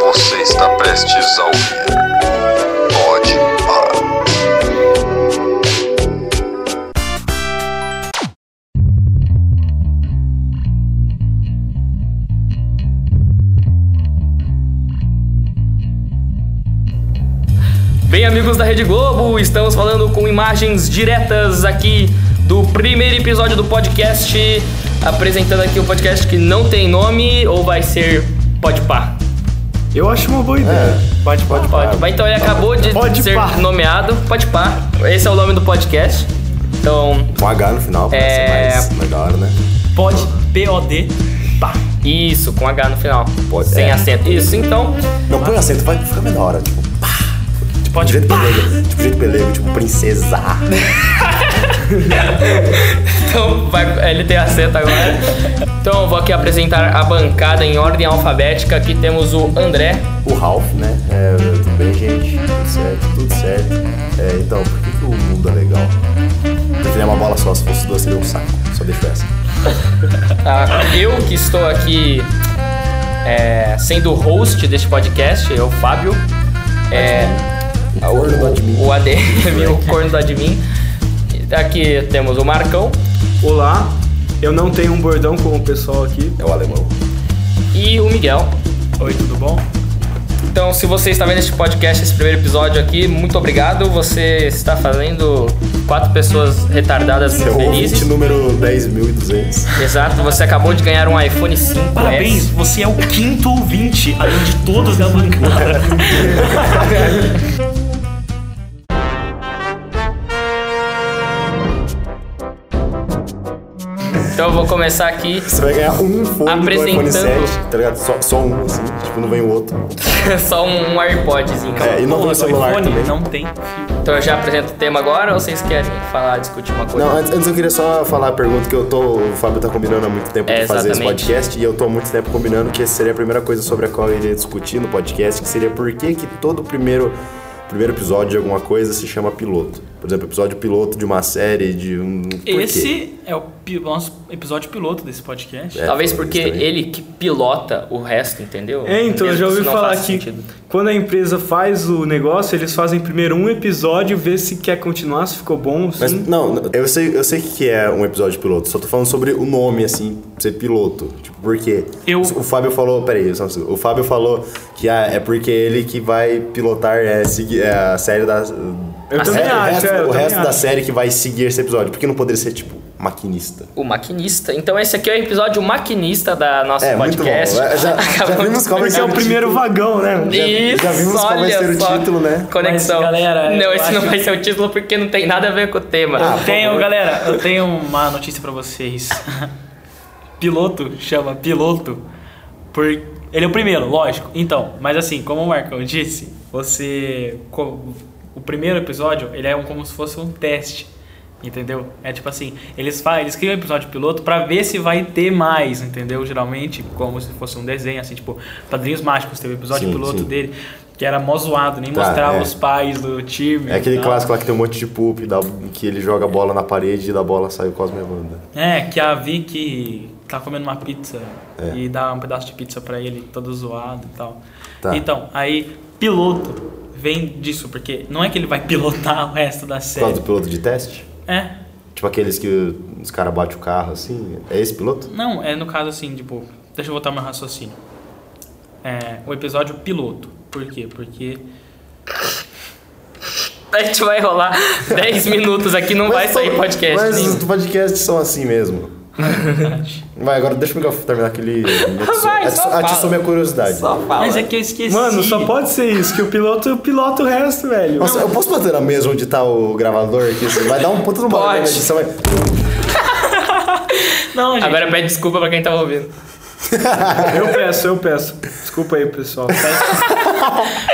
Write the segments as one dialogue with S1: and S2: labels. S1: Você está prestes a ouvir. Pode pá.
S2: Bem, amigos da Rede Globo, estamos falando com imagens diretas aqui do primeiro episódio do podcast, apresentando aqui o podcast que não tem nome ou vai ser Podpá.
S3: Eu acho uma boa ideia. Pode, pode, pode.
S2: Podpá. Então ele acabou de
S3: Podpá.
S2: ser nomeado Podpá. Esse é o nome do podcast. Então,
S4: Com H no final, pra
S2: É.
S4: ser mais, mais da hora, né?
S3: Pode, P-O-D.
S2: isso, com H no final.
S4: Pode-
S2: Sem
S4: é.
S2: acento. Isso, então.
S4: Não, põe acento, vai ficar bem da hora. Tipo,
S3: Pode,
S4: jeito
S3: pá.
S4: pelego. Tipo, jeito pelego, tipo, princesa.
S2: Então, vai, ele tem acento agora. Então, eu vou aqui apresentar a bancada em ordem alfabética. Aqui temos o André.
S4: O Ralph, né? É, tudo bem, gente? Tudo certo, tudo certo. É, então, por que, que o mundo é legal? Porque ele é uma bola só, se fosse duas seria um saco. Só deixo essa.
S2: Ah, eu que estou aqui é, sendo o host deste podcast, eu, Fábio. É,
S4: O corno do admin.
S2: o ADM, o corno do admin. Aqui temos o Marcão
S3: Olá, eu não tenho um bordão com o pessoal aqui.
S4: É o alemão.
S2: e o Miguel.
S3: Oi, tudo bom?
S2: Então, se você está vendo este podcast, esse primeiro episódio aqui, muito obrigado. Você está fazendo quatro pessoas retardadas
S4: Seu
S2: muito
S4: ouvinte né?
S2: felizes.
S4: número 10.200.
S2: Exato, você acabou de ganhar um iPhone 5S.
S5: Parabéns, você é o quinto ouvinte, além de todos da bancada.
S2: Então, eu vou começar aqui.
S4: Você vai ganhar um fone do iPhone
S2: Apresentando.
S4: 7, tá ligado? Só, só um, assim. Tipo, não vem o outro.
S2: Só um AirPodzinho.
S4: É, e não vem
S5: Porra,
S4: o
S5: do
S4: celular
S5: iPhone
S4: também.
S5: não tem.
S2: Então eu já apresento o tema agora ou vocês querem falar, discutir uma coisa?
S4: Não, antes, antes eu queria só falar a pergunta que eu tô. O Fábio tá combinando há muito tempo
S2: É,
S4: de fazer esse
S2: exatamente.
S4: podcast e eu tô há muito tempo combinando que essa seria a primeira coisa sobre a qual eu iria discutir no podcast, que seria por que, que todo primeiro, primeiro episódio de alguma coisa se chama piloto. Por exemplo, episódio piloto de uma série, de um. Por quê?
S5: Esse é o pi- nosso episódio piloto desse podcast.
S4: É,
S2: Talvez
S4: falando
S2: porque
S4: isso também.
S2: ele que pilota o resto, entendeu?
S3: É, então,
S2: Mesmo
S3: eu já
S2: que
S3: ouvi
S2: isso não
S3: falar
S2: faça
S3: que
S2: sentido.
S3: quando a empresa faz o negócio, eles fazem primeiro um episódio, ver se quer continuar, se ficou bom.
S4: Mas
S3: Sim.
S4: não, não, eu sei, eu sei o que é um episódio piloto, só tô falando sobre o nome, assim, ser piloto. Tipo, por quê?
S5: Eu-
S4: O Fábio falou, peraí, só um segundo. o Fábio falou que ah, é porque ele que vai pilotar é, segui- é, a série da.
S3: Eu
S4: a
S3: também
S4: série- o
S3: acho,
S4: resto,
S3: é, eu
S4: o
S3: também
S4: resto da
S3: acho.
S4: série que vai seguir esse episódio. Por que não poderia ser, tipo, maquinista?
S2: O maquinista. Então esse aqui é o episódio maquinista da nossa
S4: É, muito
S2: podcast.
S4: bom. É, já- já
S2: Acabamos
S4: vimos
S2: de-
S4: como
S3: Esse é o
S4: Sabe,
S3: primeiro
S4: tipo-
S3: vagão, né?
S4: Já-
S2: Isso,
S4: já vimos qual vai
S2: olha
S4: ser o
S2: só.
S4: título, né?
S2: Conexão.
S5: Mas, galera,
S2: não,
S5: eu
S2: esse não
S5: acho-
S2: vai ser o título porque não tem nada a ver com o tema.
S4: Ah.
S5: Eu tenho, galera, eu tenho uma notícia pra vocês. piloto chama piloto por ele é o primeiro, lógico. Então, mas assim, como o Marcão disse, você co- o primeiro episódio, ele é um, como se fosse um teste. Entendeu? É tipo assim, eles fazem, eles criam um episódio piloto pra ver se vai ter mais, entendeu? Geralmente, como se fosse um desenho, assim, tipo, Padrinhos Mágicos teve o episódio
S4: Sim,
S5: piloto
S4: sim.
S5: dele, que era mó zoado, nem
S4: Tá,
S5: mostrava
S4: é.
S5: os pais do time.
S4: É aquele
S5: e tal.
S4: clássico lá que tem um monte de poop, dá- que ele joga a bola na parede e da bola sai o Cosmo Evandro.
S5: É, que a Vicky tá comendo uma pizza
S3: É.
S5: e dá um pedaço de pizza pra ele, todo zoado e tal.
S4: Tá.
S5: Então, aí, piloto vem disso, porque não é que ele vai pilotar o resto da
S4: Por causa
S5: série.
S4: do piloto de teste?
S5: É,
S4: Tipo aqueles que os caras batem o carro, assim. É esse piloto?
S5: não, é no caso assim, tipo, deixa eu voltar meu raciocínio. É, o episódio piloto. Por quê? Porque.
S2: A gente vai rolar 10 minutos aqui, não vai sair podcast
S4: Mas
S2: nenhum.
S4: os podcasts são assim mesmo. Vai, agora deixa eu terminar aquele...
S2: Vai,
S4: é,
S2: só
S4: só-
S2: fala.
S4: atiçou minha curiosidade.
S5: Mas é que eu esqueci.
S3: Mano, só pode ser isso, que o piloto pilota o resto, velho.
S4: Nossa, eu posso bater na mesa onde tá o gravador aqui? Você Vai dar um puta no barulho
S2: Pode.
S4: na edição, vai-
S5: Não, gente.
S2: Agora pede desculpa pra quem tá ouvindo.
S3: Eu peço, eu peço. Desculpa aí, pessoal.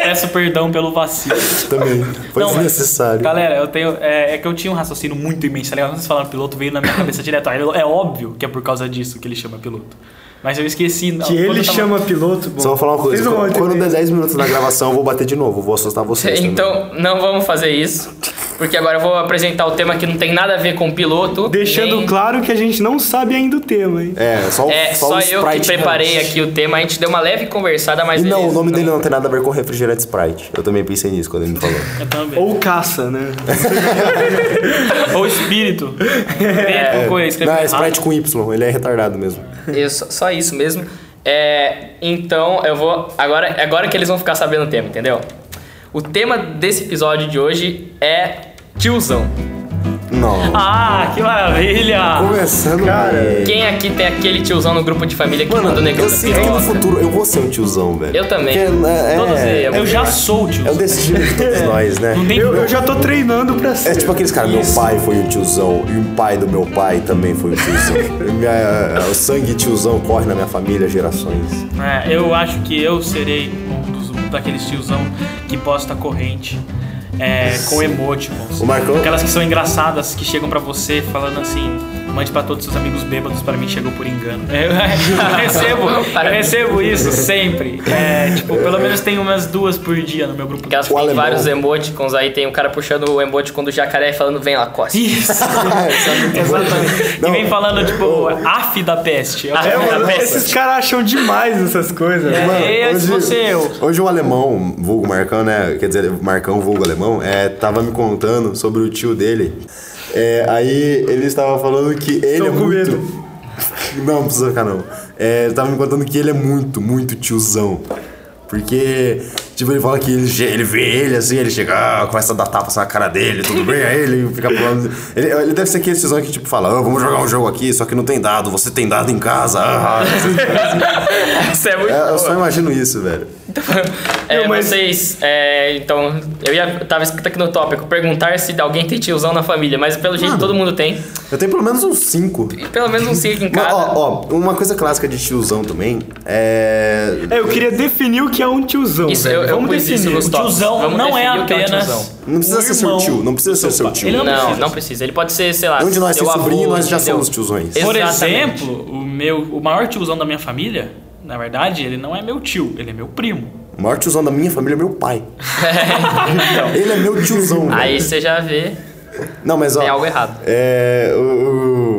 S5: Peço perdão pelo vacilo.
S4: Também. Foi
S5: Não, mas-
S4: desnecessário.
S5: Galera, eu tenho. É, é que eu tinha um raciocínio muito imenso, tá ligado? Quando vocês falaram piloto, veio na minha cabeça direto. Aí eu- É óbvio que é por causa disso que ele chama piloto. Mas eu esqueci. não,
S3: Que
S5: quando
S3: ele
S5: eu tava-
S3: chama piloto. Bom,
S4: Só vou falar uma coisa.
S3: vocês não vão
S4: Quando
S3: entender.
S4: der 10 minutos na gravação, eu vou bater de novo. eu Vou assustar vocês também.
S2: Então, não vamos então, fazer isso. porque agora eu vou apresentar o tema que não tem nada a ver com piloto.
S3: Deixando
S2: nem-
S3: claro que a gente não sabe ainda o tema, hein?
S4: É, só, o-
S2: É,
S4: só,
S2: só
S4: o
S2: eu que
S4: Sprite
S2: preparei
S4: antes.
S2: aqui o tema. A gente deu uma leve conversada, mas.
S4: E não,
S2: eles
S4: o nome dele não tem nada a ver com refrigerante Sprite. Eu também pensei nisso quando ele me falou.
S5: Eu também. Ou,
S3: Ou caça, né?
S5: espírito.
S2: É.
S5: É, coisa,
S4: Não,
S5: escrevi
S4: é
S5: errado.
S4: Sprite com Y, ele é retardado mesmo.
S2: Eu, só, só isso mesmo. É, então, eu vou. Agora, agora que eles vão ficar sabendo o tema, entendeu? O tema desse episódio de hoje é tiozão.
S4: Não.
S5: Ah, que maravilha!
S4: Começando,
S3: Cara,
S4: bem.
S2: Quem aqui tem aquele tiozão no grupo de família que manda o
S4: É. Mano,
S2: negão
S4: eu
S2: da
S4: sinto que no
S2: piroca?
S4: futuro eu vou ser um tiozão, velho.
S2: Eu também.
S4: Porque, é, é,
S2: Todos
S4: é,
S2: eles.
S5: Eu já sou, tio.
S4: é o destino de todos nós, né?
S5: Não tem
S3: Eu, eu já tô treinando pra
S4: É
S3: ser.
S4: tipo aqueles caras, meu pai foi um tiozão, e o pai do meu pai também foi um tiozão. Minha- é, o sangue tiozão corre na minha família gerações.
S5: É, eu acho que eu serei um dos daqueles tiozão que posta corrente é, com emoticons.
S4: O Marcão-
S5: Aquelas que são engraçadas, que chegam pra você falando assim. Mande pra todos os seus amigos bêbados, pra mim chegou por engano. Eu, recebo, eu recebo isso sempre. É, tipo, pelo menos tem umas duas por dia no meu grupo.
S2: Aquelas que
S4: O
S2: tem
S4: alemão.
S2: vários emoticons aí, tem um cara puxando o emoticon do jacaré e falando, vem lá, costa.
S5: Isso! Exatamente. E
S4: Não.
S5: vem falando, tipo, af da peste.
S2: Ah, é,
S5: af da
S2: mano,
S5: peste.
S3: Esses caras acham demais essas coisas.
S5: É,
S3: mano.
S5: eu, se fosse eu.
S4: hoje um alemão, vulgo Marcão, né? Quer dizer, Marcão, vulgo alemão, é, tava me contando sobre o tio dele. É, aí ele estava falando que ele
S3: Tô
S4: é
S3: com
S4: muito...
S3: medo.
S4: Não, não precisa ficar não. É, ele tava me contando que ele é muito, muito tiozão. Porque, tipo, ele fala que ele, che- ele vê ele assim, ele chega, ah, começa a dar tapa na cara dele, tudo bem? Aí ele fica falando. Ele, ele deve ser aquele tiozão que, tipo, fala, ah, vamos jogar um jogo aqui, só que não tem dado, você tem dado em casa. ah, assim.
S2: Isso é muito
S4: É, eu
S2: boa.
S4: só imagino isso, velho.
S2: É,
S3: Não, mas-
S2: vocês, é, então, eu ia, tava escrito aqui no tópico, perguntar se alguém tem tiozão na família, mas pelo jeito
S4: Mano.
S2: todo mundo tem.
S4: Eu tenho pelo menos uns cinco.
S2: E pelo menos um cinco em
S4: Mas,
S2: casa.
S4: ó, ó, uma coisa clássica de tiozão também é.
S3: É, eu queria definir o que é um tiozão.
S2: Isso,
S3: velho.
S2: eu- eu
S3: Vamos
S2: pus isso
S3: definir.
S2: nos
S5: O tiozão
S2: Vamos
S5: não é
S2: definir o que é um
S5: apenas.
S2: tiozão.
S4: Não precisa
S5: o
S4: ser seu
S5: irmão
S4: tio, não precisa
S5: do
S4: ser seu
S5: pai.
S4: tio.
S5: Ele não,
S2: não,
S5: precisa.
S2: não precisa. Ele pode ser, sei lá,
S4: Um de nós
S2: seu
S4: tem
S2: avô,
S4: sobrinho, nós já
S2: entendeu?
S4: somos tiozões.
S5: Por
S2: Exatamente.
S5: exemplo, o meu, o maior tiozão da minha família, na verdade, ele não é meu tio, ele é meu primo.
S4: O maior tiozão da minha família é meu pai. Ele é meu tiozão. velho.
S2: Aí você já vê.
S4: não, mas, ó,
S2: tem algo errado.
S4: É. O,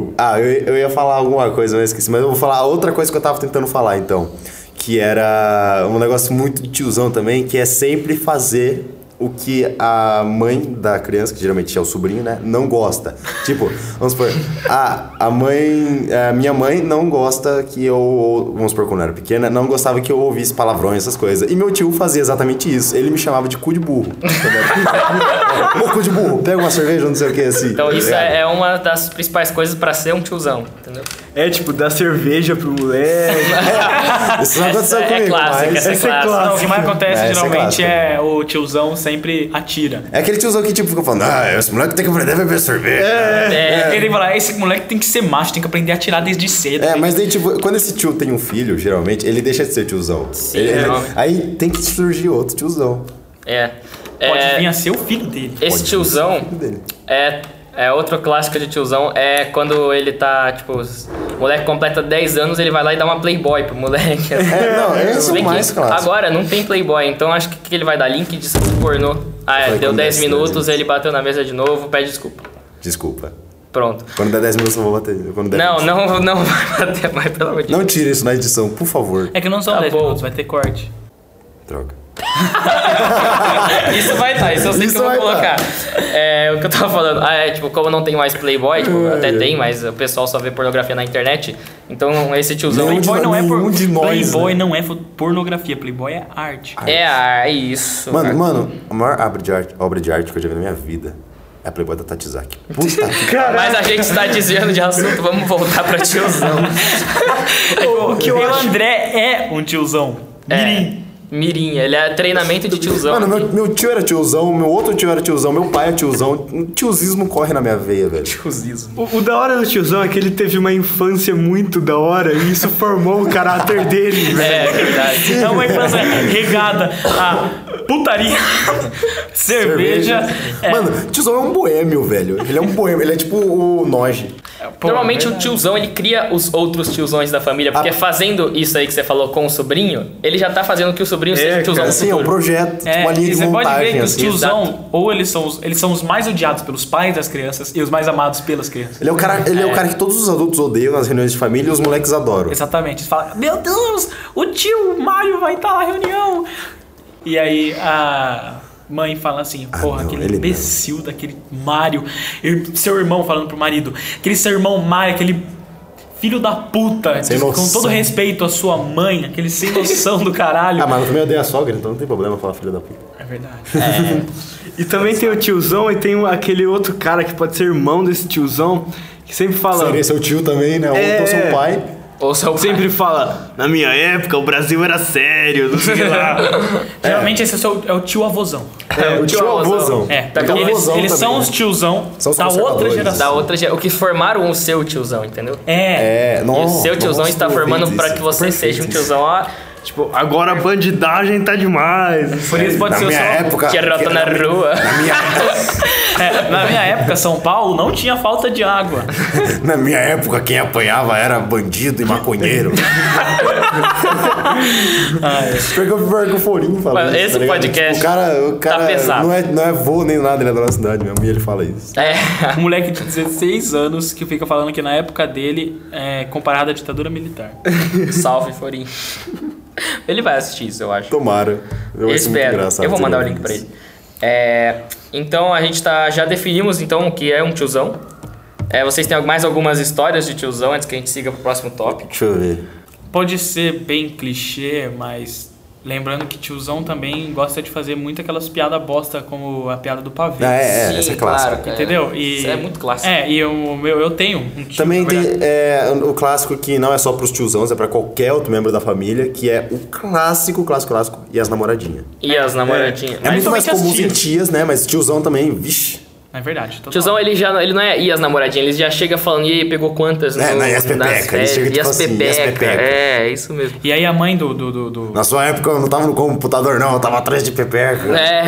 S4: o- ah, eu, eu ia falar alguma coisa, mas eu esqueci. Mas eu vou falar outra coisa que eu tava tentando falar, então. Que era um negócio muito de tiozão também, que é sempre fazer o que a mãe da criança, que geralmente é o sobrinho, né? Não gosta. Tipo, vamos supor, ah, a mãe. A minha mãe não gosta que eu. Vamos supor, quando eu era pequena, não gostava que eu ouvisse palavrões, essas coisas. E meu tio fazia exatamente isso. Ele me chamava de cu de burro. Ô, cu Um de burro, pega uma cerveja, não sei o que, assim.
S2: Então
S4: tá
S2: isso
S4: ligado?
S2: é, é uma das principais coisas pra ser um tiozão, entendeu?
S3: É tipo, dar cerveja pro moleque.
S4: Isso não aconteceu
S2: é
S4: comigo,
S2: clássica,
S4: mas...
S2: essa é
S3: essa é
S2: clássica.
S3: clássica.
S5: Não, o que mais acontece
S4: É, esse é
S5: geralmente
S4: clássico.
S5: é, o tiozão sempre atira.
S4: É aquele tiozão que, tipo, fica falando, ah, esse moleque tem que aprender a beber cerveja. É,
S2: É,
S5: Ele fala, esse moleque tem que ser macho, tem que aprender a atirar desde cedo.
S4: mas daí, tipo, quando esse tio tem um filho, geralmente, ele deixa de ser tiozão.
S2: Sim,
S4: Ele- ele-
S2: não.
S4: aí tem que surgir outro tiozão.
S2: é.
S5: Pode
S2: É,
S5: vir a ser o filho dele.
S2: Esse
S4: Pode
S2: tiozão
S4: ser o filho dele.
S2: é, é outro clássico de tiozão. É quando ele tá, tipo, os- o moleque completa 10 anos, ele vai lá e dá uma playboy pro moleque.
S4: É, não, esse
S2: Se
S4: é
S2: bem
S4: o
S2: que
S4: mais clássico.
S2: Agora não tem playboy, então acho que o que ele vai dar link de pornô. Ah, é,
S4: Foi
S2: deu
S4: quando
S2: 10
S4: desce,
S2: minutos,
S4: né?
S2: ele bateu na mesa de novo, pede desculpa.
S4: Desculpa.
S2: Pronto.
S4: Quando der 10 minutos, eu vou bater. Quando der
S2: Não,
S4: 20.
S2: não, não vai bater mais, pelo amor de Deus.
S4: Não tira isso na edição, por favor.
S5: É que não são
S2: Tá
S5: 10
S2: bom.
S5: minutos, vai ter corte.
S4: Droga.
S2: Isso vai estar, isso eu sei
S4: Isso
S2: que eu vou
S4: vai tá.
S2: colocar. É, o que eu tava falando, ah, é, tipo, como não tem mais Playboy, tipo, até tem, mas o pessoal só vê pornografia na internet, então esse tiozão
S4: Não,
S2: aí-
S4: de-
S5: Playboy não é por...
S4: nenhum de nós,
S5: Playboy
S4: né?
S5: não é fo- pornografia, Playboy é arte.
S2: É, ah, isso.
S4: Mano,
S2: cara.
S4: mano, a maior obra de arte, obra de arte que eu já vi na minha vida é a Playboy da Tatizaki. Puta que
S2: Mas a gente tá desviando de assunto, vamos voltar pra tiozão.
S5: o que eu André é um tiozão. Mirim.
S2: É, mirim, ele é treinamento de tiozão.
S4: Mano, meu, meu tio era tiozão, meu outro tio era tiozão, meu pai é tiozão. Um tiozismo corre na minha veia, velho.
S3: O, o da hora do tiozão é que ele teve uma infância muito da hora e isso formou o caráter dele, velho.
S2: É, verdade.
S5: É uma infância regada a Putaria. cerveja. é.
S4: Mano, tiozão é um boêmio, velho. Ele é um boêmio, ele é tipo o Noge.
S5: Pô,
S2: Normalmente
S5: é
S2: o tiozão ele cria os outros tiozões da família, porque
S4: Ah.
S2: fazendo isso aí que você falou com o sobrinho, ele já tá fazendo que o sobrinho seja o tiozão
S4: Cara,
S2: do
S4: assim, é um
S2: futuro.
S4: projeto, tipo
S5: É,
S4: uma linha
S5: e
S4: de
S5: você pode ver
S4: montagem,
S5: que os
S4: assim.
S5: tiozão, ou eles são, os, eles são os mais odiados pelos pais das crianças e os mais amados pelas crianças.
S4: Ele é, o cara, ele é. o cara que todos os adultos odeiam nas reuniões de família e os moleques adoram.
S5: Exatamente. Você fala, meu Deus, o tio Mário vai estar na reunião. E aí a mãe fala assim, porra,
S4: Ah, não,
S5: aquele
S4: ele não."
S5: imbecil daquele Mário. E seu irmão falando pro marido, aquele seu irmão Mário, aquele filho da puta.
S4: Sem
S5: com
S4: noção.
S5: todo respeito à sua mãe, aquele sem noção do caralho.
S4: Ah, mas eu também odeio a sogra, então não tem problema falar filha da puta.
S5: É verdade.
S3: E também tem o tiozão e tem o- aquele outro cara que pode ser irmão desse tiozão, que sempre fala.
S4: Seria seu tio também, né? Ou
S3: É.
S4: então seu pai.
S2: Ou seu pai.
S3: Sempre fala, na minha época o Brasil era sério, não sei o que lá.
S5: Geralmente esse é o, seu- é o tio avôzão.
S4: É, o tio avôzão.
S5: É,
S2: Tá
S5: porque
S4: com
S5: eles,
S4: avôzão
S5: eles
S4: também,
S5: são
S4: né?
S5: os tiozão
S4: São os
S5: da outra
S4: conservadores.
S5: geração.
S2: da outra geração, o que formaram o seu tiozão, entendeu?
S5: É.
S4: É,
S2: E o
S4: nossa.
S2: seu tiozão
S4: nossa,
S2: está
S4: perfeito
S2: formando pra
S4: isso,
S2: que você
S4: perfeito
S2: seja um
S4: isso.
S2: tiozão, ó.
S3: Tipo, agora a bandidagem tá demais.
S5: Por isso pode
S4: Na
S5: ser o
S4: minha
S5: seu.
S4: época.
S2: Que rota na rua.
S5: É, na minha época, São Paulo não tinha falta de água.
S4: Na minha época, quem apanhava era bandido e maconheiro. Pior que eu vi o Marco Forinho falando. isso,
S2: Mano, Ah, é. esse
S4: tá ligado?
S2: podcast tá
S4: Tipo, o cara, o cara
S2: pesado.
S4: Não é, não é vô nem nada, ele é da nossa cidade mesmo. E ele fala isso.
S2: É.
S5: Um moleque de 16 anos que fica falando que na época dele é comparado à ditadura militar.
S2: Salve, Forim. Ele vai assistir isso, eu acho.
S4: Tomara.
S2: Eu
S4: Vai ser muito
S2: espero.
S4: engraçado
S2: Eu vou
S4: você
S2: mandar o
S4: ouvir
S2: link pra
S4: isso.
S2: ele. É, então a gente tá, já definimos então o que é um tiozão. É, vocês têm mais algumas histórias de tiozão antes que a gente siga pro próximo tópico?
S4: Deixa eu ver.
S5: Pode ser bem clichê, mas lembrando que tiozão também gosta de fazer muito aquelas piadas bosta, como a piada do pavê.
S4: Ah, é, é, essa é clássica.
S2: cara.
S5: Entendeu? E-
S2: Isso é muito clássico.
S5: É, e o meu, eu tenho um tio,
S4: Também
S5: na
S4: tem
S5: verdade.
S4: é, o clássico que não é só pros tiozãos, é pra qualquer outro membro da família, que é o clássico, clássico, clássico, e as namoradinhas.
S2: E as namoradinhas.
S4: É
S2: Mas
S4: muito mais
S5: principalmente as
S4: comum em
S5: tias.
S4: tias, né? Mas tiozão também, vixe.
S5: É verdade. total.
S2: Tiozão, ele já não- ele não é e as namoradinhas, ele já chega falando, e aí, pegou quantas?
S4: É,
S2: no-
S4: não, e as
S2: nas
S4: pepeca? Ele
S2: férias?
S4: chega,
S2: e
S4: tipo
S2: as
S4: assim, e as
S2: pepeca.
S4: pepeca?
S2: É, é isso mesmo.
S5: E aí a mãe do. do, do, do-
S4: Na sua época eu não tava no computador, não, eu tava atrás de pepeca.
S2: É.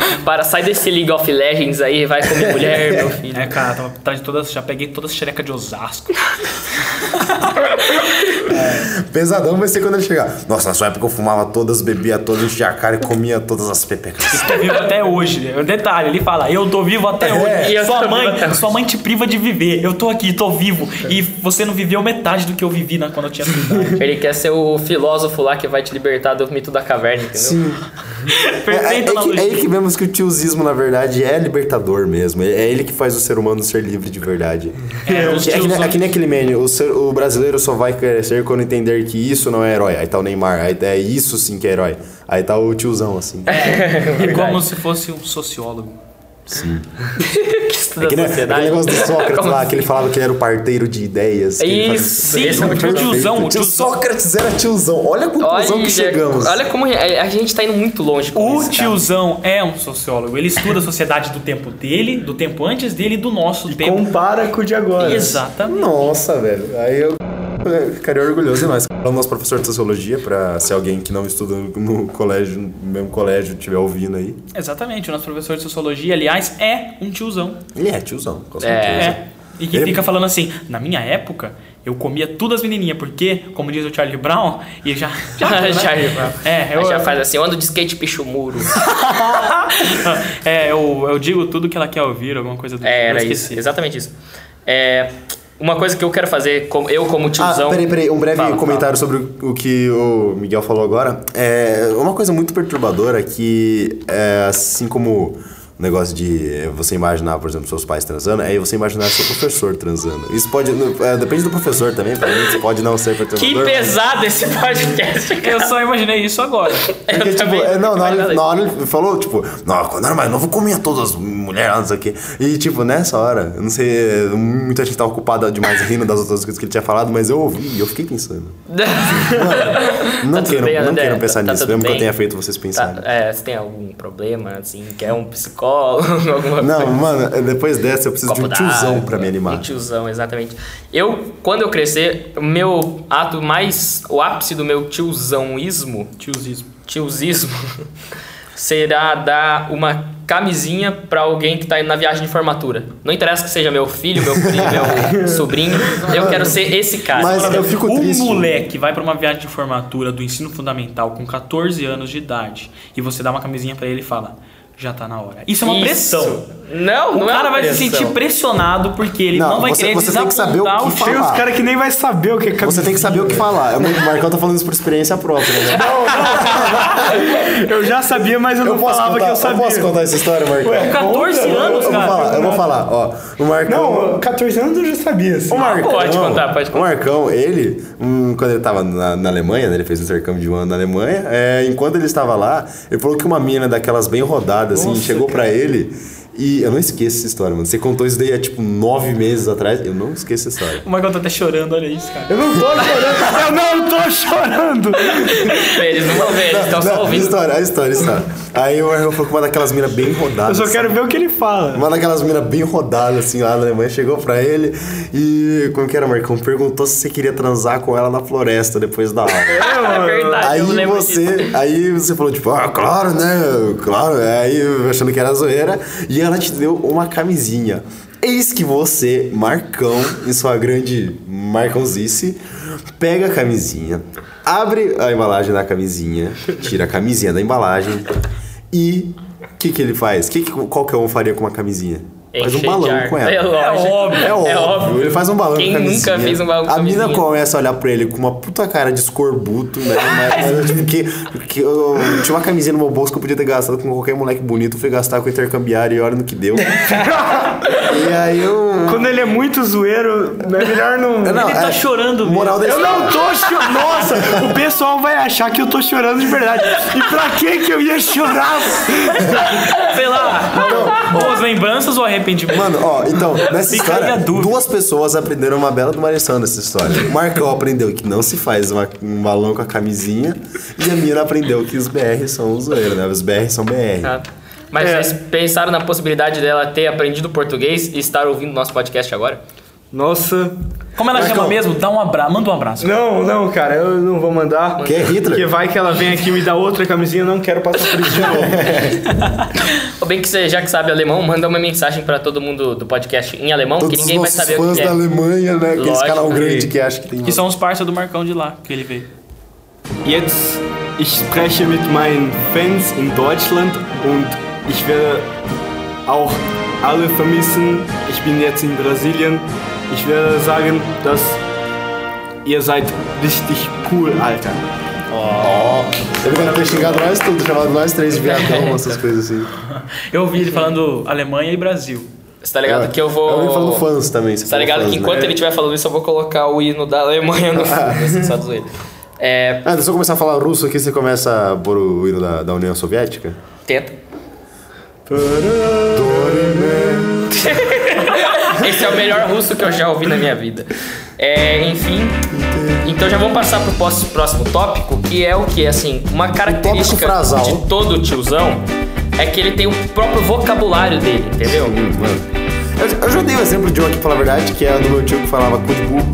S2: Para, sai desse League of Legends aí, vai comer mulher, meu filho.
S5: É, cara, tava atrás de todas. Já peguei todas as xerecas de Osasco.
S4: Pesadão vai ser quando ele chegar. Nossa, na sua época eu fumava todas, bebia todas, enchia a cara e comia todas as pepecas.
S5: tô tá vivo até hoje. né? Detalhe, ele fala, eu tô vivo até
S2: E eu
S5: hoje. Sua
S2: tô vivo até
S5: mãe,
S2: hoje.
S5: sua mãe te priva de viver. Eu tô aqui, tô vivo. E você não viveu metade do que eu vivi na, quando eu tinha sua idade.
S2: Ele quer ser o filósofo lá que vai te libertar do mito da caverna, entendeu?
S4: É, é, é
S5: Perfeito,
S4: que, é aí
S5: analogia.
S4: que vemos que o tiozismo, na verdade, é libertador mesmo. É é ele que faz o ser humano ser livre de verdade.
S5: É, os
S4: É que, nem,
S5: tiozão-
S4: é que nem aquele meme, o, ser- o brasileiro só vai crescer quando entender que isso não é herói. Aí tá o Neymar, aí é isso sim que é herói. Aí tá o tiozão, assim. É,
S5: é como se fosse um sociólogo.
S2: que estuda
S4: É que
S2: a
S4: nem, aquele
S2: sociedade.
S4: negócio do Sócrates
S2: Como
S4: lá,
S2: assim?
S4: que ele falava que ele era o parteiro de ideias. que ele fazia-
S2: Isso, esse é o
S5: o
S2: tiozão.
S5: tiozão, o
S4: Tio
S5: tiozão.
S4: Sócrates era tiozão. Olha a conclusão
S2: Olha,
S4: que chegamos.
S2: olha como a a gente tá indo muito longe com
S5: O
S2: isso, cara.
S5: tiozão é um sociólogo. Ele estuda a sociedade do tempo dele, do tempo antes dele e do nosso tempo.
S3: Compara com o de agora.
S5: Exatamente.
S4: Nossa, velho. Aí eu eu ficaria orgulhoso de nós. O nosso professor de sociologia, pra se alguém que não estuda no colégio, no mesmo colégio, estiver ouvindo aí.
S5: Exatamente. O nosso professor de sociologia, aliás, é um tiozão.
S4: Ele é tiozão, com certeza.
S2: É.
S5: É. E que
S4: Ele-
S5: fica falando assim, na minha época, eu comia tudo as menininhas, porque, como diz o Charlie Brown, e já... já,
S2: Charlie Brown.
S5: Né? É, eu,
S2: Aí já faz assim, eu ando de skate picho muro.
S5: é eu, eu digo tudo que ela quer ouvir, alguma coisa do tipo,
S2: É,
S5: eu
S2: era isso,
S5: esqueci.
S2: exatamente isso. É, uma coisa que eu quero fazer, como- eu como tiozão...
S4: Ah, peraí, peraí, um breve
S2: Fala,
S4: comentário sobre o que o Miguel falou agora. É uma coisa muito perturbadora que, é, assim como o negócio de é, você imaginar, por exemplo, seus pais transando, é você imaginar seu professor transando. Isso pode. é, depende do professor também, pra mim, isso pode não ser
S2: Que
S4: perturbador.
S2: pesado esse podcast, cara.
S5: Eu só imaginei isso agora.
S4: Porque,
S2: Eu
S4: tipo,
S2: também
S4: é, não, na
S2: imaginei.
S4: hora, na hora ele falou, tipo, não, quando eu era mais novo, eu comia todas as mulheres, não sei o quê. E, tipo, nessa hora, eu não sei, muita gente tava ocupada demais rindo das outras coisas que ele tinha falado, mas eu ouvi e eu fiquei pensando. Não
S2: Tá tudo
S4: queiram,
S2: bem,
S4: não
S2: André,
S4: queiram pensar
S2: tá- tá
S4: nisso,
S2: tudo
S4: mesmo que
S2: bem.
S4: eu tenha feito vocês
S2: Tá,
S4: pensarem.
S2: é, você tem algum problema, assim, quer um colo, alguma
S4: Não,
S2: coisa.
S4: mano, é, depois dessa eu preciso
S2: Copo
S4: de um tiozão
S2: d'água,
S4: pra me
S2: Um
S4: animar.
S2: tiozão, exatamente. Eu, quando eu crescer, o meu ato mais. O ápice do meu tiozãoísmo,
S5: Tiozismo.
S2: tiozismo, será dar uma camisinha pra alguém que tá indo na viagem de formatura. Não interessa que seja meu filho, meu primo, meu sobrinho. Eu quero ser esse cara.
S4: Mas eu fico
S5: um
S4: triste.
S5: moleque vai pra uma viagem de formatura do ensino fundamental com 14 anos de idade e você dá uma camisinha pra ele e fala, já tá na hora. Isso é uma
S2: Isso.
S5: pressão.
S2: Não,
S5: O
S2: não é
S5: cara
S2: uma
S5: vai se
S2: pressão.
S5: sentir pressionado porque ele não,
S4: Não,
S5: vai
S4: você-
S5: querer
S4: você tem que saber o
S5: desapontar
S4: que
S5: o
S4: falar.
S3: Tem uns caras que nem vai saber o que é
S4: Você tem que saber o que falar. É muito- O Marcão tá falando isso por experiência própria, né?
S3: Eu já sabia, mas eu,
S4: Eu
S3: não
S4: posso,
S3: falava
S4: contar,
S3: que eu
S4: eu,
S3: sabia.
S4: posso contar essa história, Marcão?
S5: Com 14 anos,
S4: eu vou
S5: cara.
S4: falar, eu vou falar, ó. O Marcão.
S3: Não, 14 anos eu já sabia. Assim.
S4: O Marcão,
S2: pode contar, pode contar.
S4: O Marcão, ele, hum, quando ele tava na, na Alemanha, né, ele fez um intercâmbio de um ano na Alemanha, é, enquanto ele estava lá, ele falou que uma mina daquelas bem rodadas, assim, chegou pra ele e eu não esqueço essa história, mano. Você contou isso daí há, tipo, nove meses atrás, eu não esqueço essa história.
S5: O Michael tá até chorando, olha isso, cara.
S3: Eu não tô chorando. Eu não tô chorando.
S2: Eles não vão ver, eles estão só
S4: Não, a
S2: tá ouvindo.
S4: história, a história, a história. Aí o Marcão falou que uma daquelas minas bem
S3: Eu
S4: rodadas.
S3: só quero ver o que ele fala.
S4: Uma daquelas minas bem rodadas, assim, lá na Alemanha, chegou pra ele e, como que era, Marcão? Perguntou se você queria transar com ela na floresta depois da aula.
S2: É verdade,
S4: Aí
S2: eu não lembro disso.
S4: você, aí você falou, tipo, ah, claro, né? Claro. Aí achando que era zoeira. E ela te deu uma camisinha. Eis que você, Marcão, em sua grande Marcãozice, pega a camisinha, abre a embalagem da camisinha, tira a camisinha da embalagem e. O que, que ele faz? Que que, qual que um faria com uma camisinha? faz um
S2: Enche de
S4: balão
S2: ar.
S4: com ela.
S2: É lógico.
S5: óbvio,
S4: É óbvio, Ele faz um balão
S2: Quem
S4: com a
S2: nunca
S4: camisinha.
S2: fez um balão com
S4: A mina
S2: camisinha?
S4: começa a olhar pra ele com uma puta cara de escorbuto, né? Mas, mas eu tive que. Porque eu tinha uma camisinha no meu bolso que eu podia ter gastado com qualquer moleque bonito. Fui gastar com o intercambiário e olha no que deu. e aí eu.
S3: Quando ele é muito zoeiro, é melhor não.
S4: Não,
S5: Ele tá
S4: é-
S5: chorando mesmo.
S4: Moral da
S3: Eu
S4: história.
S3: não tô chorando. Nossa, o pessoal vai achar que eu tô chorando de verdade. E pra que que eu ia chorar?
S5: Sei lá, boas lembranças ou arrependimento?
S4: Mano, ó, então, nessa
S5: Fica aí a
S4: história,
S5: dúvida.
S4: duas pessoas aprenderam uma bela de uma lição nessa história. O Marcão aprendeu que não se faz uma- um balão com a camisinha, e a mina aprendeu que os BR são zoeiros, né? Os BR são BR.
S2: Tá. Mas
S3: É.
S2: vocês pensaram na possibilidade dela ter aprendido português e estar ouvindo nosso podcast agora?
S3: Nossa.
S5: Como ela
S4: Marcão.
S5: chama mesmo? Dá um abraço, manda um abraço.
S3: Não, não, cara, eu não vou mandar.
S4: Que é Hitler?
S3: Porque vai que ela vem aqui e me dá outra camisinha, eu não quero passar por isso de novo.
S2: Ou bem que você já que sabe alemão, manda uma mensagem pra todo mundo do podcast em alemão, que
S4: Todos os
S2: ninguém vai
S4: nossos
S2: saber o
S4: fãs
S2: que é.
S4: da Alemanha, né? Aqueles
S2: Lógico
S4: canal
S2: que-
S4: grande que acha que tem.
S5: Que são os parceiros do Marcão de lá, que ele veio.
S3: Jetzt ich spreche mit meinen Fans in Deutschland und ich werde auch alle vermissen. Ich bin jetzt in Brasilien. Ich werde sagen, dass ihr seid richtig cool, Alter.
S4: Ele vai ter xingado nós tudo, chamado nós três de viadão, essas coisas assim.
S5: Eu ouvi ele falando Alemanha e Brasil.
S2: Você tá
S4: É.
S2: ligado que eu vou.
S4: Eu falando fãs né? também.
S2: Você tá ligado que enquanto ele estiver falando isso, eu vou colocar o hino da Alemanha no fundo, assim, só zoeira. É.
S4: Ah, se eu começar a falar russo aqui, você começa a pôr o hino da, da União Soviética?
S2: Tenta. Esse é o melhor russo que eu já ouvi na minha vida. É, enfim. Então já vou passar pro pós- próximo tópico, que é o que? Assim, uma característica
S4: frasal.
S2: de todo tiozão é que ele tem o próprio vocabulário dele, entendeu?
S4: Hum, mano. Eu, eu já dei o exemplo de um aqui, pra falar a verdade, que é do meu tio que falava cu de burro.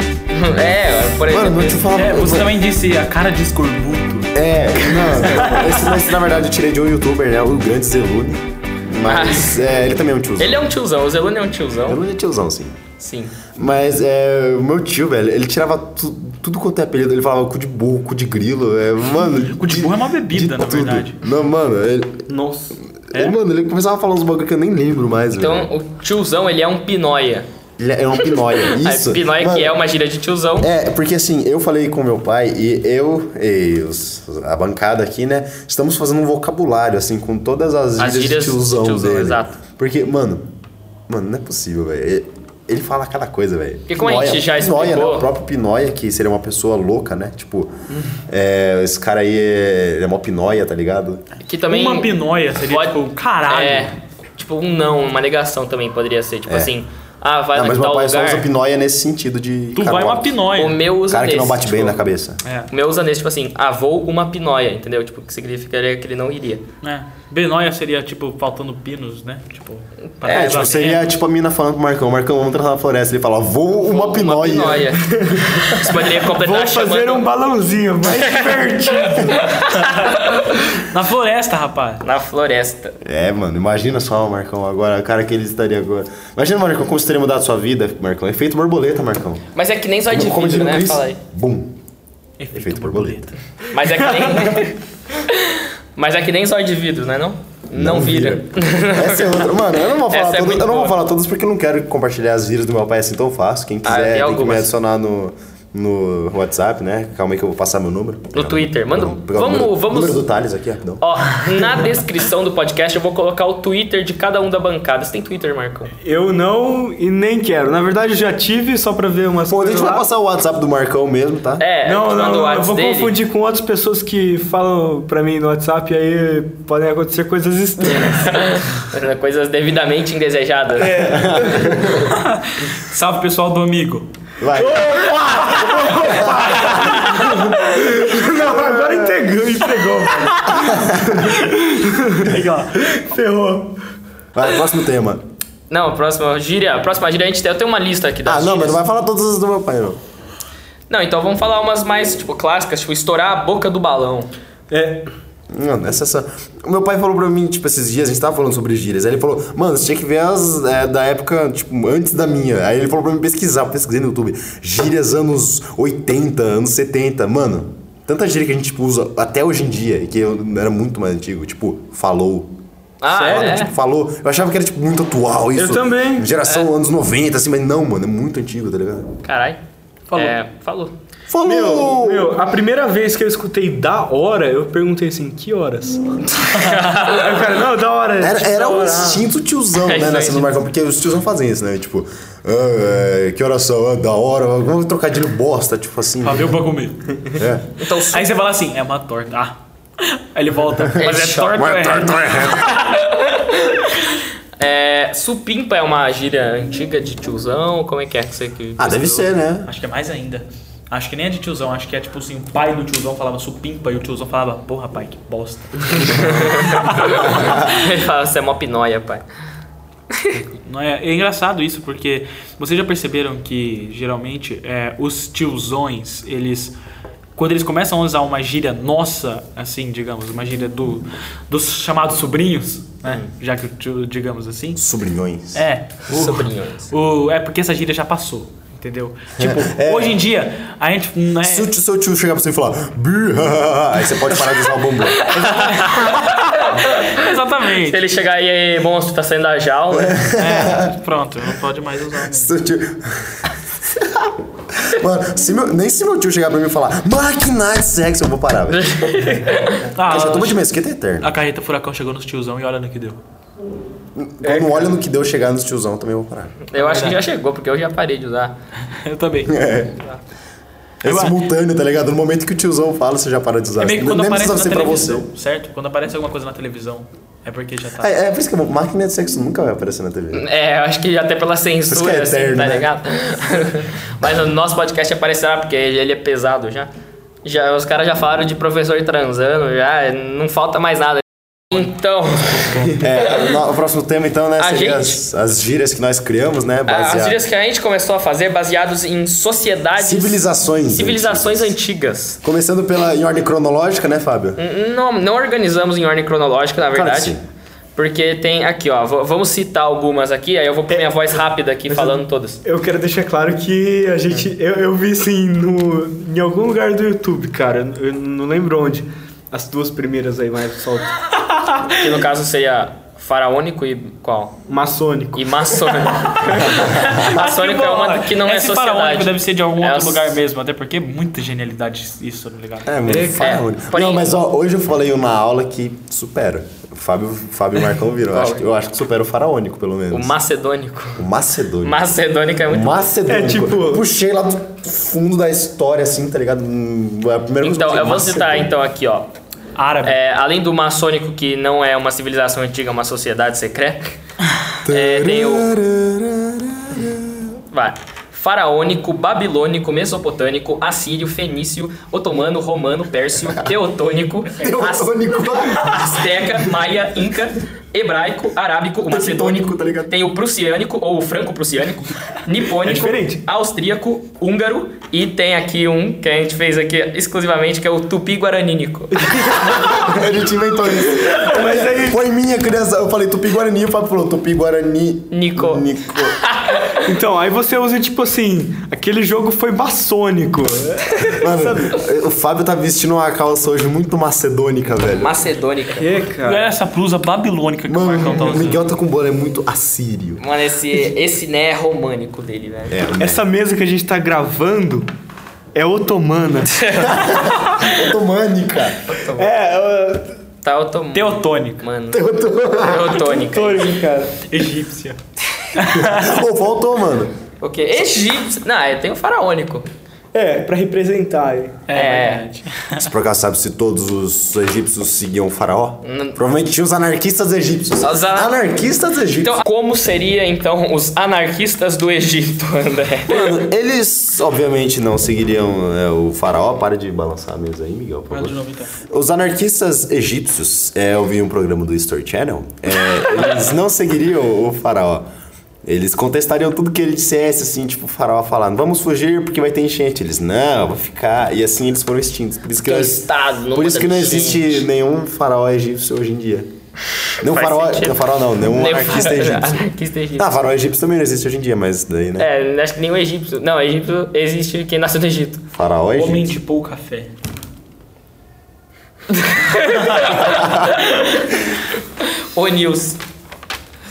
S2: É, por
S4: Uhum. Mano,
S2: exemplo.
S4: meu tio falava.
S5: É, você também disse a cara de escorbuto.
S4: É, não. esse, esse, na verdade, eu tirei de um youtuber, né? O grande Zelune. Mas é, ele também é um tiozão.
S2: Ah. Ele é um tiozão, o Zelone é um tiozão.
S4: Zelune é tiozão, sim.
S2: Sim.
S4: Mas é, o meu tio, velho, ele tirava tu- tudo quanto é apelido. Ele falava cu de burro, cu de grilo. É, mano,
S5: Cu de burro é uma bebida, na
S4: tudo.
S5: verdade. É?
S4: Não, mano, ele,
S3: Nossa.
S4: ele- mano, ele começava a falar uns bagulho que eu nem lembro mais, velho.
S2: Então o tiozão ele é um pinóia.
S4: Ele é um pinóia, isso.
S2: A pinóia
S4: Mano,
S2: que é uma gíria de tiozão.
S4: É, porque assim, eu falei com meu pai e eu e os- a bancada aqui, né? Estamos fazendo um vocabulário, assim, com todas as
S2: As
S4: gírias,
S2: gírias
S4: de
S2: de
S4: tiozão,
S2: tiozão,
S4: dele.
S2: exato.
S4: Porque, mano, mano, não é possível, velho. Ele- Ele fala cada coisa, velho.
S2: E como a gente já
S4: Pinóia, né?
S2: explicou-
S4: O próprio Pinóia, que seria uma pessoa louca, né? Tipo, é, esse cara aí é, ele é mó Pinóia, tá ligado?
S2: Que também.
S5: Uma pinóia seria
S2: pode- um
S5: tipo, caralho.
S2: É. Tipo, um não, uma negação também poderia ser. Tipo
S4: É.
S2: assim, Ah, vai
S4: Não,
S2: lá
S4: mas
S2: que
S4: meu
S2: tal
S4: pai só
S2: lugar.
S4: usa pinóia nesse sentido de.
S5: Tu vai
S4: carote.
S5: uma pinóia.
S2: O meu usa
S4: Cara que não
S2: nesse,
S4: bate bem
S2: tipo,
S4: na cabeça.
S5: É.
S2: O meu usa nesse, tipo assim, avô uma pinóia, entendeu? Tipo, que significaria que ele não iria.
S5: É. Benóia seria, tipo, faltando pinos, né? Tipo, pra
S4: É,
S5: pesar
S4: tipo,
S5: bem.
S4: seria tipo a mina falando pro Marcão, Marcão, vamos entrar na floresta. Ele fala, vou uma pinóia.
S2: Pinóia. Você poderia completar
S3: Vou fazer
S2: chamando-
S3: um balãozinho mais divertido.
S5: Na floresta, rapaz.
S2: Na floresta.
S4: É, mano, imagina só, Marcão, agora, o cara que ele estaria agora. Imagina, Marcão, como você teria mudado sua vida, Marcão. Efeito borboleta, Marcão.
S2: Mas é que nem só de
S4: Como
S2: vidro,
S4: diria o
S2: né?
S4: Chris,
S2: Fala aí.
S4: Bum. Efeito borboleta.
S2: Mas é que nem. Mas é que nem só de vidro, né? Não, não, vira.
S4: Essa é outra. Mano, eu não vou falar
S2: Essa é
S4: todas.
S2: muito
S4: eu não vou
S2: boa.
S4: falar todas porque eu não quero compartilhar as vidas do meu pai assim tão fácil. Quem
S2: Ah, tem
S4: quiser tem que me
S2: algumas.
S4: adicionar no, no WhatsApp, né? Calma aí que eu vou passar meu número.
S2: No Twitter, manda- um-
S4: Vou pegar um o
S2: vamos-
S4: número,
S2: vamos-
S4: número do Thales aqui, rapidão.
S2: Ó, na descrição do podcast eu vou colocar o Twitter de cada um da bancada. Você tem Twitter, Marcão?
S3: Eu não e nem quero. Na verdade, eu já tive só pra ver umas
S4: Pô, a
S3: coisas.
S4: gente vai
S3: lá.
S4: passar o WhatsApp do Marcão mesmo, tá?
S2: É,
S3: Não,
S2: manda
S3: não,
S2: o
S3: eu
S2: WhatsApp
S3: vou
S2: dele.
S3: confundir com outras pessoas que falam pra mim no WhatsApp e aí podem acontecer coisas estranhas.
S2: Coisas devidamente indesejadas.
S5: Salve, pessoal do Amigo.
S4: Vai.
S3: não, agora entregou, entregou.
S5: Legal.
S3: Ferrou.
S4: Vai, próximo tema.
S2: Não, próxima gíria. Próxima gíria a gente tem. Eu tenho uma lista aqui das
S4: Ah, não, mas
S2: gírias.
S4: não vai falar todas as do meu pai, não.
S2: Não, então vamos falar umas mais, tipo, clássicas, tipo, estourar a boca do balão.
S3: É,
S4: Mano, essa, essa... O meu pai falou pra mim, tipo, esses dias, a gente tava falando sobre gírias. Aí ele falou, mano, você tinha que ver as é, da época, tipo, antes da minha. Aí ele falou pra mim pesquisar, eu pesquisei no YouTube. Gírias anos 80, anos 70. Mano, tanta gíria que a gente tipo, usa até hoje em dia, e que eu, era muito mais antigo. Tipo, falou.
S2: Ah,
S4: Fala,
S2: é?
S4: Tipo, falou. Eu achava que era, tipo, muito atual isso.
S3: também. É.
S4: Geração anos 90, assim, mas não, mano, é muito antigo, tá ligado?
S2: Caralho.
S5: Falou.
S2: É, falou.
S4: Falou! Uh!
S3: meu, meu, a primeira vez que eu escutei da hora, eu perguntei assim, que horas? aí o cara, não, da hora. tipo,
S4: Era, era
S3: da
S4: um
S3: hora.
S4: instinto tiozão,
S2: É isso
S4: né?
S2: aí,
S4: Nessa do
S2: gente.
S4: Marcão, porque os tiozão fazem isso, né? Tipo, ah, é, que horas são? Ah, da hora, vamos trocar de bosta, tipo assim.
S2: Tá
S5: Pra ver o pra comer.
S4: É.
S2: Então, su-
S5: Aí você fala assim, é uma torta. Ah. Aí ele volta. Mas é
S2: choca.
S5: torta. ou é reto?
S2: é, supimpa é uma gíria antiga de tiozão? Como é que é que você que.
S4: Ah, deve ser, né?
S5: Acho que é mais ainda. Acho que nem é de tiozão, acho que é tipo assim, o pai do tiozão falava supimpa e o tiozão falava, porra pai, que bosta.
S2: Ele fala, você é mó pinóia, pai.
S5: Não é, é engraçado isso, porque vocês já perceberam que geralmente é, os tiozões, eles. Quando eles começam a usar uma gíria nossa, assim, digamos, uma gíria do, dos chamados sobrinhos, né? Já que o tio, digamos assim.
S4: Sobrinhões.
S5: É.
S2: Sobrinhões.
S5: O, é porque essa gíria já passou, entendeu? Tipo,
S4: É.
S5: hoje em dia, a gente. Né,
S4: Se o tio- seu tio chegar pra você e falar, "Bi", aí você pode parar de usar o bombom.
S5: exatamente.
S2: Se ele chegar aí, aí, monstro, tá saindo da jaula.
S5: É, pronto, não pode mais usar. né?
S4: Seu tio. Mano, se meu- nem se meu tio chegar pra mim e falar, máquina de sexo, eu vou parar, velho.
S5: Ah,
S4: Já toma de mesquita eterna.
S5: a carreta furacão chegou nos tiozão e olha no que deu.
S2: É,
S4: Quando olha no que deu chegar nos tiozão, também eu vou parar.
S2: Eu acho que já chegou, porque eu já parei de usar.
S5: Eu também.
S4: É simultâneo, tá ligado? No momento que o tiozão fala, você já para de usar.
S5: É meio que quando
S4: Nem
S5: aparece
S4: precisa
S5: na
S4: ser pra você.
S5: televisão, certo? Quando aparece alguma coisa na televisão, é porque já tá.
S4: É, é por isso que eu- máquina de sexo nunca vai aparecer na TV.
S2: É, eu acho que até pela
S4: Isso que
S2: censura,
S4: é eterno,
S2: assim, tá
S4: né?
S2: ligado? Mas o nosso podcast aparecerá, porque ele é pesado já. já os caras já falaram de professor transando, já não falta mais nada. Então,
S4: É, no- o próximo tema, então, né?
S2: A
S4: Seria
S2: gente-
S4: as, as gírias que nós criamos, né? Baseado.
S2: as gírias que a gente começou a fazer baseados em sociedades...
S4: Civilizações.
S2: Civilizações antigas.
S4: Começando pela em ordem cronológica, né, Fábio?
S2: Hum. Não, não organizamos em ordem cronológica, na
S4: Claro que
S2: verdade.
S4: sim.
S2: Porque tem aqui, ó. v- Vamos citar algumas aqui, aí eu
S4: É.
S2: vou pôr minha voz rápida aqui falando todas.
S3: Eu quero deixar claro que a gente. Eu, eu vi assim no, em algum lugar do YouTube, cara. Eu não lembro onde. As duas primeiras aí, mais solto.
S2: Que no caso seria faraônico e qual?
S3: Maçônico.
S2: E maçônico. maçônico é uma que não é
S5: Esse faraônico
S2: sociedade.
S5: deve ser de algum
S2: É
S5: outro
S2: as-
S5: lugar mesmo, até porque é muita genialidade isso, tá ligado?
S4: É, muito
S3: É,
S4: faraônico.
S2: porém-
S4: Não, mas ó, hoje eu falei uma aula que supera. O Fábio, Fábio e Marcão viram. Eu acho, que- eu acho que supera o faraônico, pelo
S2: O
S4: menos.
S2: macedônico.
S4: O macedônico.
S2: Macedônico é
S4: O
S2: muito.
S4: Macedônico.
S3: É, tipo-
S4: Puxei lá do fundo da história, assim, tá ligado? Hum, A primeira coisa
S2: Então,
S4: que
S2: eu vou
S4: falei,
S2: citar
S4: macedônico.
S2: então aqui, ó.
S5: Árabe.
S2: É, além do maçônico, que não é uma civilização antiga, é uma sociedade secreta. É, tem o Vai. Faraônico, babilônico, mesopotâmico, assírio, fenício, otomano, romano, pérsio, teotônico, as-
S4: Teotônico.
S2: Azteca, Maia, Inca, Hebraico, Arábico, o Macedônico,
S4: tá ligado?
S2: tem o Prussiânico, ou o Franco-Prussiânico, Nipônico,
S3: diferente.
S2: Austríaco, Húngaro, e tem aqui um que a gente fez aqui exclusivamente, que é o Tupi-Guaranínico.
S4: A gente inventou isso.
S3: Mas aí.
S4: Foi minha criança. Eu falei Tupi Guarani, o Fábio falou Tupi Guarani.
S2: Nico.
S4: Nico.
S3: Então, aí você usa tipo assim: aquele jogo foi maçônico.
S2: é
S4: Mano, o Fábio tá vestindo uma calça hoje muito macedônica, velho.
S2: Macedônica.
S3: É,
S5: Olha
S3: cara.
S5: essa blusa babilônica que o Marcão tá
S4: Mano, o
S5: usando.
S4: Miguel tá com bola, é muito assírio.
S2: Mano, esse, esse né é românico dele, né? velho.
S4: É,
S3: Essa mesa que a gente tá gravando é otomana.
S4: né? otomânica.
S3: é,
S2: Tá otomano.
S5: Teotônica.
S2: Mano,
S4: Teotônica.
S2: teotônica.
S3: otomana, cara.
S5: Egípcia.
S4: Pô, voltou, mano.
S2: O quê? Egípcio. Não, é, tem o faraônico.
S3: É, pra representar.
S5: É,
S2: É.
S5: verdade.
S4: Você por acaso sabe se todos os egípcios seguiam o faraó?
S2: Não.
S4: Provavelmente tinha os anarquistas egípcios.
S2: Os ana-
S4: Anarquistas egípcios.
S2: Então, como seria então os anarquistas do Egito, André?
S4: Mano, eles obviamente não seguiriam é, o faraó. Para de balançar a mesa aí, Miguel, por
S5: Fala de
S4: favor.
S5: novo então.
S4: Os anarquistas egípcios, é, eu vi um programa do History Channel, é, eles não seguiriam o faraó. Eles contestariam tudo que ele dissesse, assim, tipo, o faraó falando, vamos fugir porque vai ter enchente. Eles, não, vou ficar. E assim eles foram extintos. Por isso que,
S2: Porque
S4: nós-
S2: Estado não
S4: por isso que não
S2: manda
S4: existe nenhum faraó egípcio hoje em dia. Nenhum
S2: Faz
S4: faraó,
S2: sentido.
S4: não, faraó não, nenhum
S2: Nem o
S4: anarquista
S2: faraó-
S4: egípcio.
S2: Anarquista egípcio.
S4: Ah, faraó egípcio também não existe hoje em dia, mas daí, né?
S2: É, acho que nem o egípcio. Não, egípcio existe quem nasceu no Egito.
S4: Faraó egípcio.
S5: Homem de pouca fé.
S2: O News.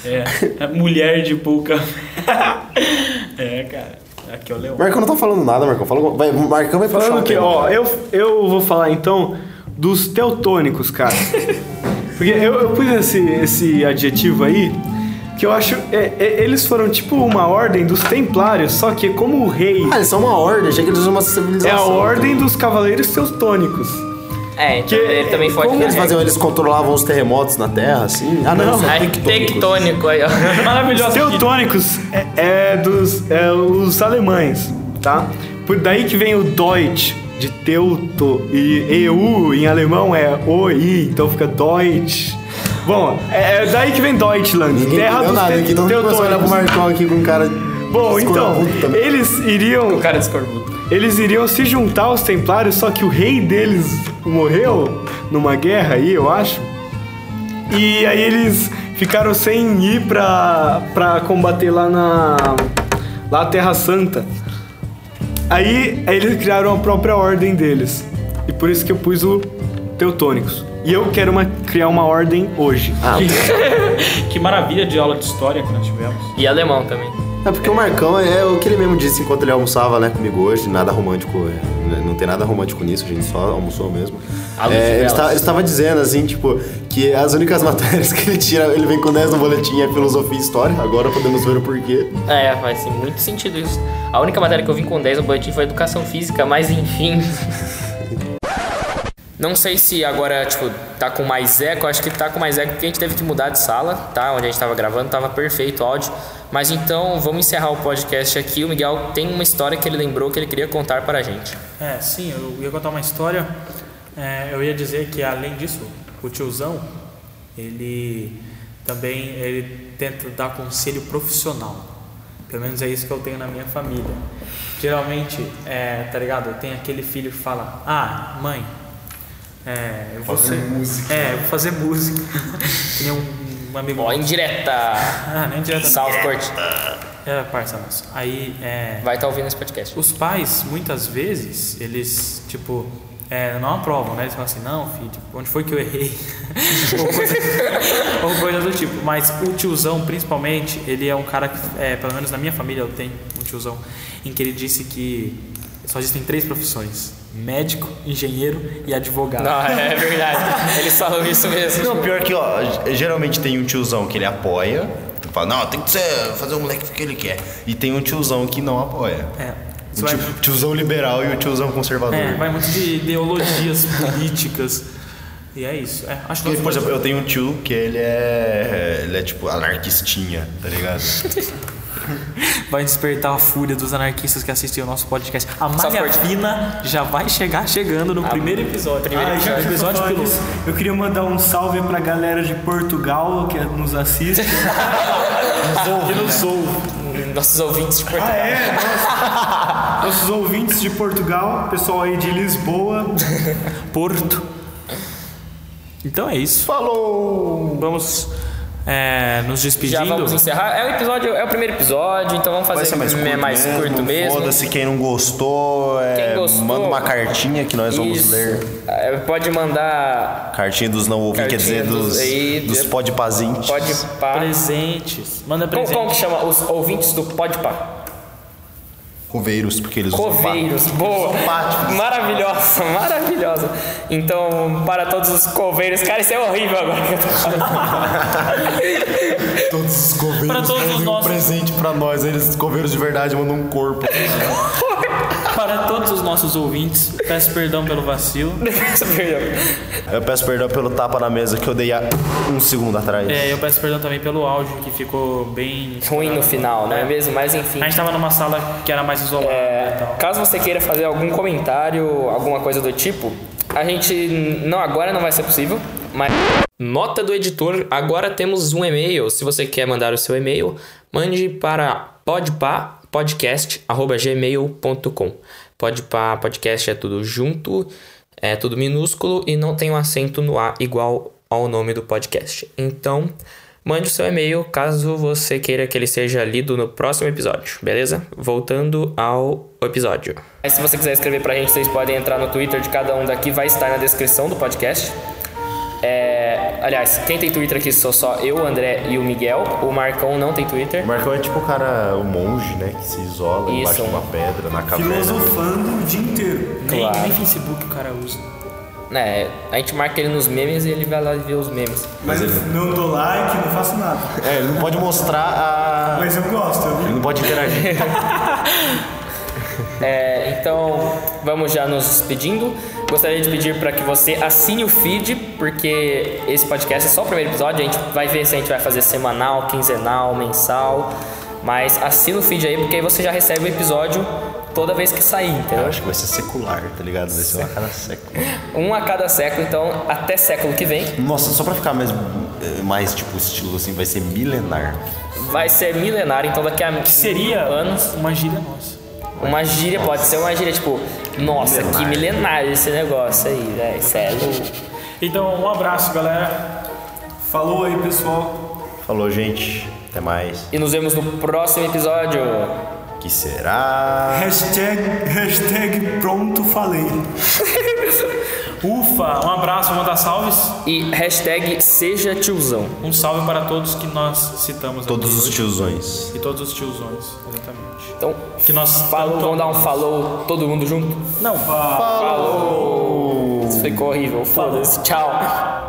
S5: É. Mulher de pouca fé. É, cara. Aqui é o leão.
S4: Marcão não tá falando nada, Marcão. Fala, alguma- vai, Marcão vai puxar
S3: Falando
S4: o
S3: que,
S4: tema,
S3: ó,
S4: cara.
S3: eu, eu vou falar então dos teutônicos, cara. Porque eu, eu pus esse, esse adjetivo aí, que eu acho. é- é- eles foram tipo uma ordem dos templários, só que como o rei
S4: Ah, eles são uma ordem, achei que eles eram uma
S3: é
S4: civilização.
S3: a ordem dos cavaleiros teutônicos.
S2: É, então
S3: Que-
S2: ele também foge
S4: Como
S2: da
S4: eles
S2: regra.
S4: faziam? Eles controlavam os terremotos na Terra, assim? Ah, não,
S3: é. Não, é
S4: são
S2: Aí,
S4: tectônicos.
S2: tectônico aí, ó.
S3: Os
S5: Maravilhosa.
S3: teutônicos é, é dos é, os alemães, tá? Por daí que vem o Deutsch de teuto e EU em alemão é OI, então fica Deutsch. Bom, é, é daí que vem Deutschland,
S4: Ninguém
S3: terra
S4: entendeu
S3: dos
S4: nada
S3: te-
S4: aqui, então começou a olhar pro
S3: teutônicos.
S4: Marcão aqui com um cara de
S3: Bom, então,
S4: escorbuto também.
S3: eles iriam
S2: O cara descorbuto.
S3: eles iriam se juntar aos templários, só que o rei deles morreu numa guerra aí, eu acho. E aí eles ficaram sem ir pra, pra combater lá na. lá na Terra Santa. Aí eles criaram a própria ordem deles. E por isso que eu pus o Teutônicos. E eu quero uma- criar uma ordem hoje.
S5: Que, que maravilha de aula de história que nós tivemos.
S2: E alemão também.
S4: É porque o Marcão é o que ele mesmo disse enquanto ele almoçava, né, comigo hoje. Nada romântico, é, né, não tem nada romântico nisso, a gente só almoçou mesmo.
S2: A luz
S4: É, ele,
S2: delas.
S4: está- ele estava dizendo, assim, tipo, que as únicas matérias que ele tira, ele vem com 10 no boletim, é filosofia e história. Agora podemos ver o porquê.
S2: É, faz assim, muito sentido isso. A única matéria que eu vim com 10 no boletim foi educação física, mas enfim. Não sei se agora, tipo, tá com mais eco. Acho que tá com mais eco porque a gente teve que mudar de sala, tá? Onde a gente tava gravando, tava perfeito o áudio. Mas então, vamos encerrar o podcast aqui. O Miguel tem uma história que ele lembrou que ele queria contar pra gente.
S5: É, sim, eu ia contar uma história. É, eu ia dizer que além disso, o tiozão, ele também ele tenta dar conselho profissional. Pelo menos é isso que eu tenho na minha família. Geralmente, é, tá ligado? Tem aquele filho que fala, ah, mãe, é, eu vou fazer música. É, eu vou fazer música. que nem um, um amigo.
S2: Ó, indireta!
S5: Ah, nem diretamente.
S2: Salve, corte.
S5: É, parça nossa. Aí, é,
S2: Vai estar ouvindo esse podcast.
S5: os pais, muitas vezes, eles, tipo, é, não aprovam, né? Eles falam assim, não, filho, tipo, onde foi que eu errei? ou, coisa, ou coisa do tipo. Mas o tiozão, principalmente, ele é um cara que, é, pelo menos na minha família, eu tenho um tiozão, em que ele disse que só existem três profissões. Médico, engenheiro e advogado.
S2: Não, é verdade. Eles falam isso mesmo.
S6: Não, pior que, ó, g- geralmente tem um tiozão que ele apoia, que fala, não, tem que ser, fazer o moleque que ele quer. E tem um tiozão que não apoia.
S5: É.
S6: O
S5: Isso vai,
S6: tio- tiozão liberal e o tiozão conservador.
S5: é, vai muito de ideologias políticas. E é isso. É, acho que nós-
S6: Porque, por exemplo, eu tenho um tio que ele é. Ele é tipo anarquistinha, tá ligado?
S5: Vai despertar a fúria dos anarquistas que assistem o nosso podcast. A
S2: Só
S5: Malha
S2: forte.
S5: Fina já vai chegar chegando no primeiro episódio.
S2: primeiro
S5: Ah,
S3: já que
S5: episódio,
S3: eu tô falando
S5: piloto.
S3: disso, eu queria mandar um salve pra galera de Portugal que nos assiste. que não
S5: né?
S3: sou.
S2: Nossos ouvintes de Portugal.
S3: Ah, é? Nossa. Nossos ouvintes de Portugal, pessoal aí de Lisboa.
S5: Porto. Então é isso. Falou! Vamos é, nos
S2: Já
S5: despedindo.
S2: vamos encerrar. É o episódio, é o primeiro episódio, então vamos fazer
S6: Vai ser mais curto
S2: é mais
S6: mesmo.
S2: curto mesmo.
S6: Foda-se quem não gostou, é,
S2: Quem gostou-
S6: manda uma cartinha que nós vamos
S2: Isso.
S6: ler.
S2: É, Pode mandar.
S6: Cartinha dos não ouvintes, quer
S2: Cartinha
S6: dizer, dos,
S2: dos- aí,
S6: dos
S2: de-
S6: podpazintes.
S2: Pode pá.
S5: Presentes. Manda
S2: Como,
S5: presente.
S2: como que chama os ouvintes do Pode Pá?
S6: Coveiros, porque eles usam pá.
S2: Coveiros. Boa.
S6: Simpáticos.
S2: Maravilhosa, maravilhosa. Então, para todos os coveiros. Cara, isso é horrível agora que eu tô
S6: Todos os coveiros
S5: Pra todos os
S6: fazem um
S5: nossos-
S6: presente pra nós. Eles, coveiros de verdade, mandam um corpo.
S5: Para todos os nossos ouvintes, peço perdão pelo vacilo.
S2: é Perdão.
S6: Eu peço perdão pelo tapa na mesa que eu dei há um segundo atrás.
S5: É, eu peço perdão também pelo áudio que ficou bem.
S2: Ruim no final, não é mesmo? Mas enfim.
S5: A gente tava numa sala que era mais isolada e
S2: É,
S5: tal.
S2: caso você queira fazer algum comentário, alguma coisa do tipo, a gente não agora não vai ser possível, mas nota do editor. Agora temos um e-mail. Se você quer mandar o seu e-mail, mande para podpapodcast@gmail.com. Podpá podcast é tudo junto, é tudo minúsculo e não tem um acento no a igual ao nome do podcast. Então, Mande o seu e-mail caso você queira que ele seja lido no próximo episódio, beleza? Voltando ao episódio. Mas se você quiser escrever pra gente, vocês podem entrar no Twitter de cada um daqui, vai estar na descrição do podcast. É, aliás, quem tem Twitter aqui sou só eu, o André e o Miguel. O Marcão não tem Twitter.
S6: O Marcão é tipo o cara, o monge, né? Que se isola
S2: Isso.
S6: embaixo de uma pedra, na caverna.
S3: Filosofando o dia inteiro.
S5: Nem,
S2: claro.
S5: nem Facebook o cara usa.
S2: Né, a gente marca ele nos memes e ele vai lá ver os memes.
S3: Mas eu não dou like, não faço nada.
S6: É, ele não pode mostrar a...
S3: Mas eu gosto.
S6: Ele não pode interagir.
S2: É, então, vamos já nos despedindo. Gostaria de pedir para que você assine o feed, porque esse podcast é só o primeiro episódio. A gente vai ver se a gente vai fazer semanal, quinzenal, mensal. Mas assina o feed aí, porque aí você já recebe o episódio toda vez que sair,
S6: Eu
S2: entendeu?
S6: acho que vai ser secular, tá ligado? Vai ser uma cara século.
S2: Um a cada século, então até século que vem.
S6: Nossa, só pra ficar mais, eh, mais tipo, estilo assim, vai ser milenar.
S2: Vai ser milenário, então daqui a
S5: Seria
S2: anos.
S5: uma gíria nossa.
S2: Uma gíria pode ser uma gíria, tipo, nossa, que milenário esse negócio aí, né? Isso é louco.
S5: Então, um abraço, galera.
S3: Falou aí, pessoal.
S6: Falou, gente. Até mais.
S2: E nos vemos no próximo episódio.
S6: Que será?
S3: Hashtag, hashtag pronto falei.
S5: Ufa, um abraço, vamos dar salves.
S2: e hashtag seja tiozão.
S5: Um salve para todos que nós citamos aqui
S6: Todos os
S5: hoje.
S6: tiozões.
S5: E todos os tiozões, exatamente.
S2: Então,
S5: Que nós
S2: falou,
S5: tanto
S2: vamos dar um
S5: amamos.
S2: falou todo mundo junto?
S5: Não,
S2: Falou! Isso ficou horrível. Foda-se. Tchau.